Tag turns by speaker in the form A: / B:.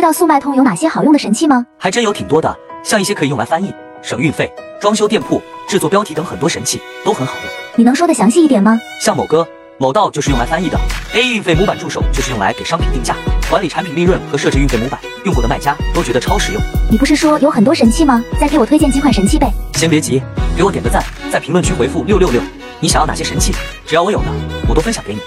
A: 道速卖通有哪些好用的神器吗？
B: 还真有挺多的，像一些可以用来翻译、省运费、装修店铺、制作标题等很多神器都很好用。
A: 你能说的详细一点吗？
B: 像某歌、某道就是用来翻译的，A 运费模板助手就是用来给商品定价、管理产品利润和设置运费模板，用过的卖家都觉得超实用。
A: 你不是说有很多神器吗？再给我推荐几款神器呗。
B: 先别急，给我点个赞，在评论区回复六六六，你想要哪些神器？只要我有了，我都分享给你。